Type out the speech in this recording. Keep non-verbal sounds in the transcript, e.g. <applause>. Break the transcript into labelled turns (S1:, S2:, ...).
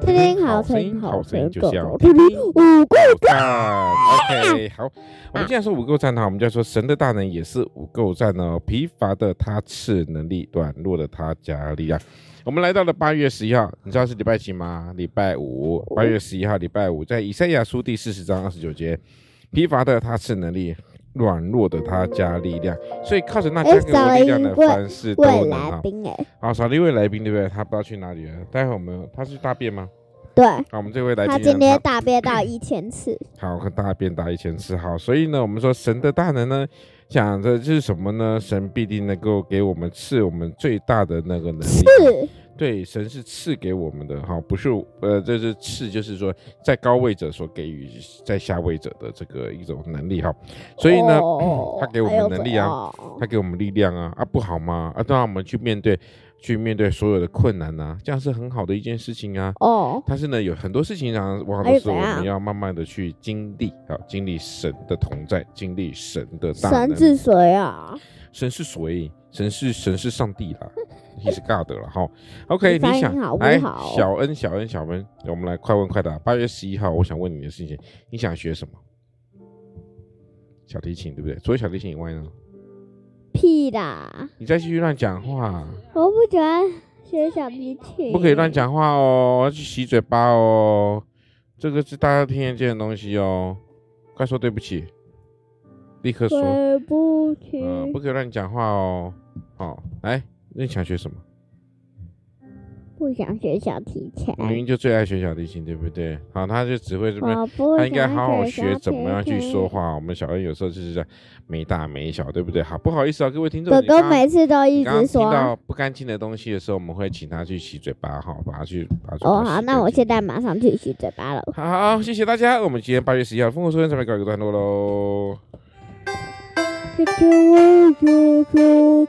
S1: 听听好
S2: 声
S1: 声
S2: 音，
S1: 好
S2: 好声
S1: 声
S2: 音
S1: 狗
S2: 就是
S1: 狗
S2: 要
S1: 听听五个
S2: 五够赞。OK，好，啊我们既然说五够赞的话，我们就要说神的大能也是五够赞哦。疲乏的他赐能力，软弱的他加力量。啊我们来到了八月十一号，你知道是礼拜几吗？礼拜五，八月十一号，礼拜五，在以赛亚书第四十章二十九节，疲乏的他赐能力，软弱的他加力量。所以靠着那加给我力量的，凡事都
S1: 未
S2: 能
S1: 来
S2: 啊。
S1: 宾哎，
S2: 好，少了一位来宾，对不对？他不知道去哪里了。待会我们他是去大便吗？
S1: 对
S2: 好，我们这位来宾
S1: 他
S2: 呢，
S1: 今天大便到一千次，
S2: 好，跟大便打一千次好，所以呢，我们说神的大能呢，讲的就是什么呢？神必定能够给我们赐我们最大的那个能力。
S1: 是
S2: 对，神是赐给我们的哈，不是呃，这是赐，就是说在高位者所给予在下位者的这个一种能力哈。所以呢，
S1: 哦
S2: 他给我们能力啊，
S1: 哎呦
S2: 他给我们力量啊，啊不好吗？啊，让我们去面对，去面对所有的困难啊，这样是很好的一件事情啊。
S1: 哦，
S2: 但是呢，有很多事情上，往往
S1: 哎
S2: 都是
S1: 怎
S2: 我
S1: 样
S2: 们要慢慢的去经历，啊，经历神的同在，经历神的大
S1: 神
S2: 能。
S1: 是谁啊？
S2: 神是谁？神是神是上帝
S1: <laughs>
S2: 啦，He's God 了哈。OK，
S1: 你发
S2: 你
S1: 音
S2: 想
S1: 好不
S2: 来
S1: 好
S2: 小恩小恩小恩，我们来快问快答。八月十一号，我想问你的事情，你想学什么？小提琴对不对？除了小提琴以外呢？
S1: 屁啦！
S2: 你再继续乱讲话，
S1: 我不喜欢学小提琴，
S2: 不可以乱。讲话哦，要去洗嘴巴哦，这个是大家听得见的东西哦。快说对不起，立刻说，
S1: 对不起，
S2: 嗯、不可以乱讲话哦。好、来，那你想学什么？
S1: 不想学小提琴。
S2: 明明就最爱学小提琴，对不该好，他就只会这边，
S1: 我不
S2: 他应该
S1: 哦想
S2: 好好
S1: 学
S2: 学
S1: 小
S2: 怎么样
S1: 提
S2: 去
S1: 琴
S2: 说。话。我们小恩有时候就是这样没大没小，对不对？好，不好意思啊，各位听众，
S1: 哥
S2: 你刚
S1: 哥
S2: 刚
S1: 每次都
S2: 你
S1: 一
S2: 刚刚
S1: 直
S2: 听
S1: 说。啊
S2: 到不干净的东西的时候，我们会请他去洗嘴巴，哈，把他去把他嘴巴
S1: 哦，好，
S2: 洗
S1: 那我
S2: 干净
S1: 现在马上去洗嘴巴了。
S2: 好好，谢谢大家。我们今天八月十一号的《风火说》这边告一个段落喽。
S1: 啾啾啾啾啾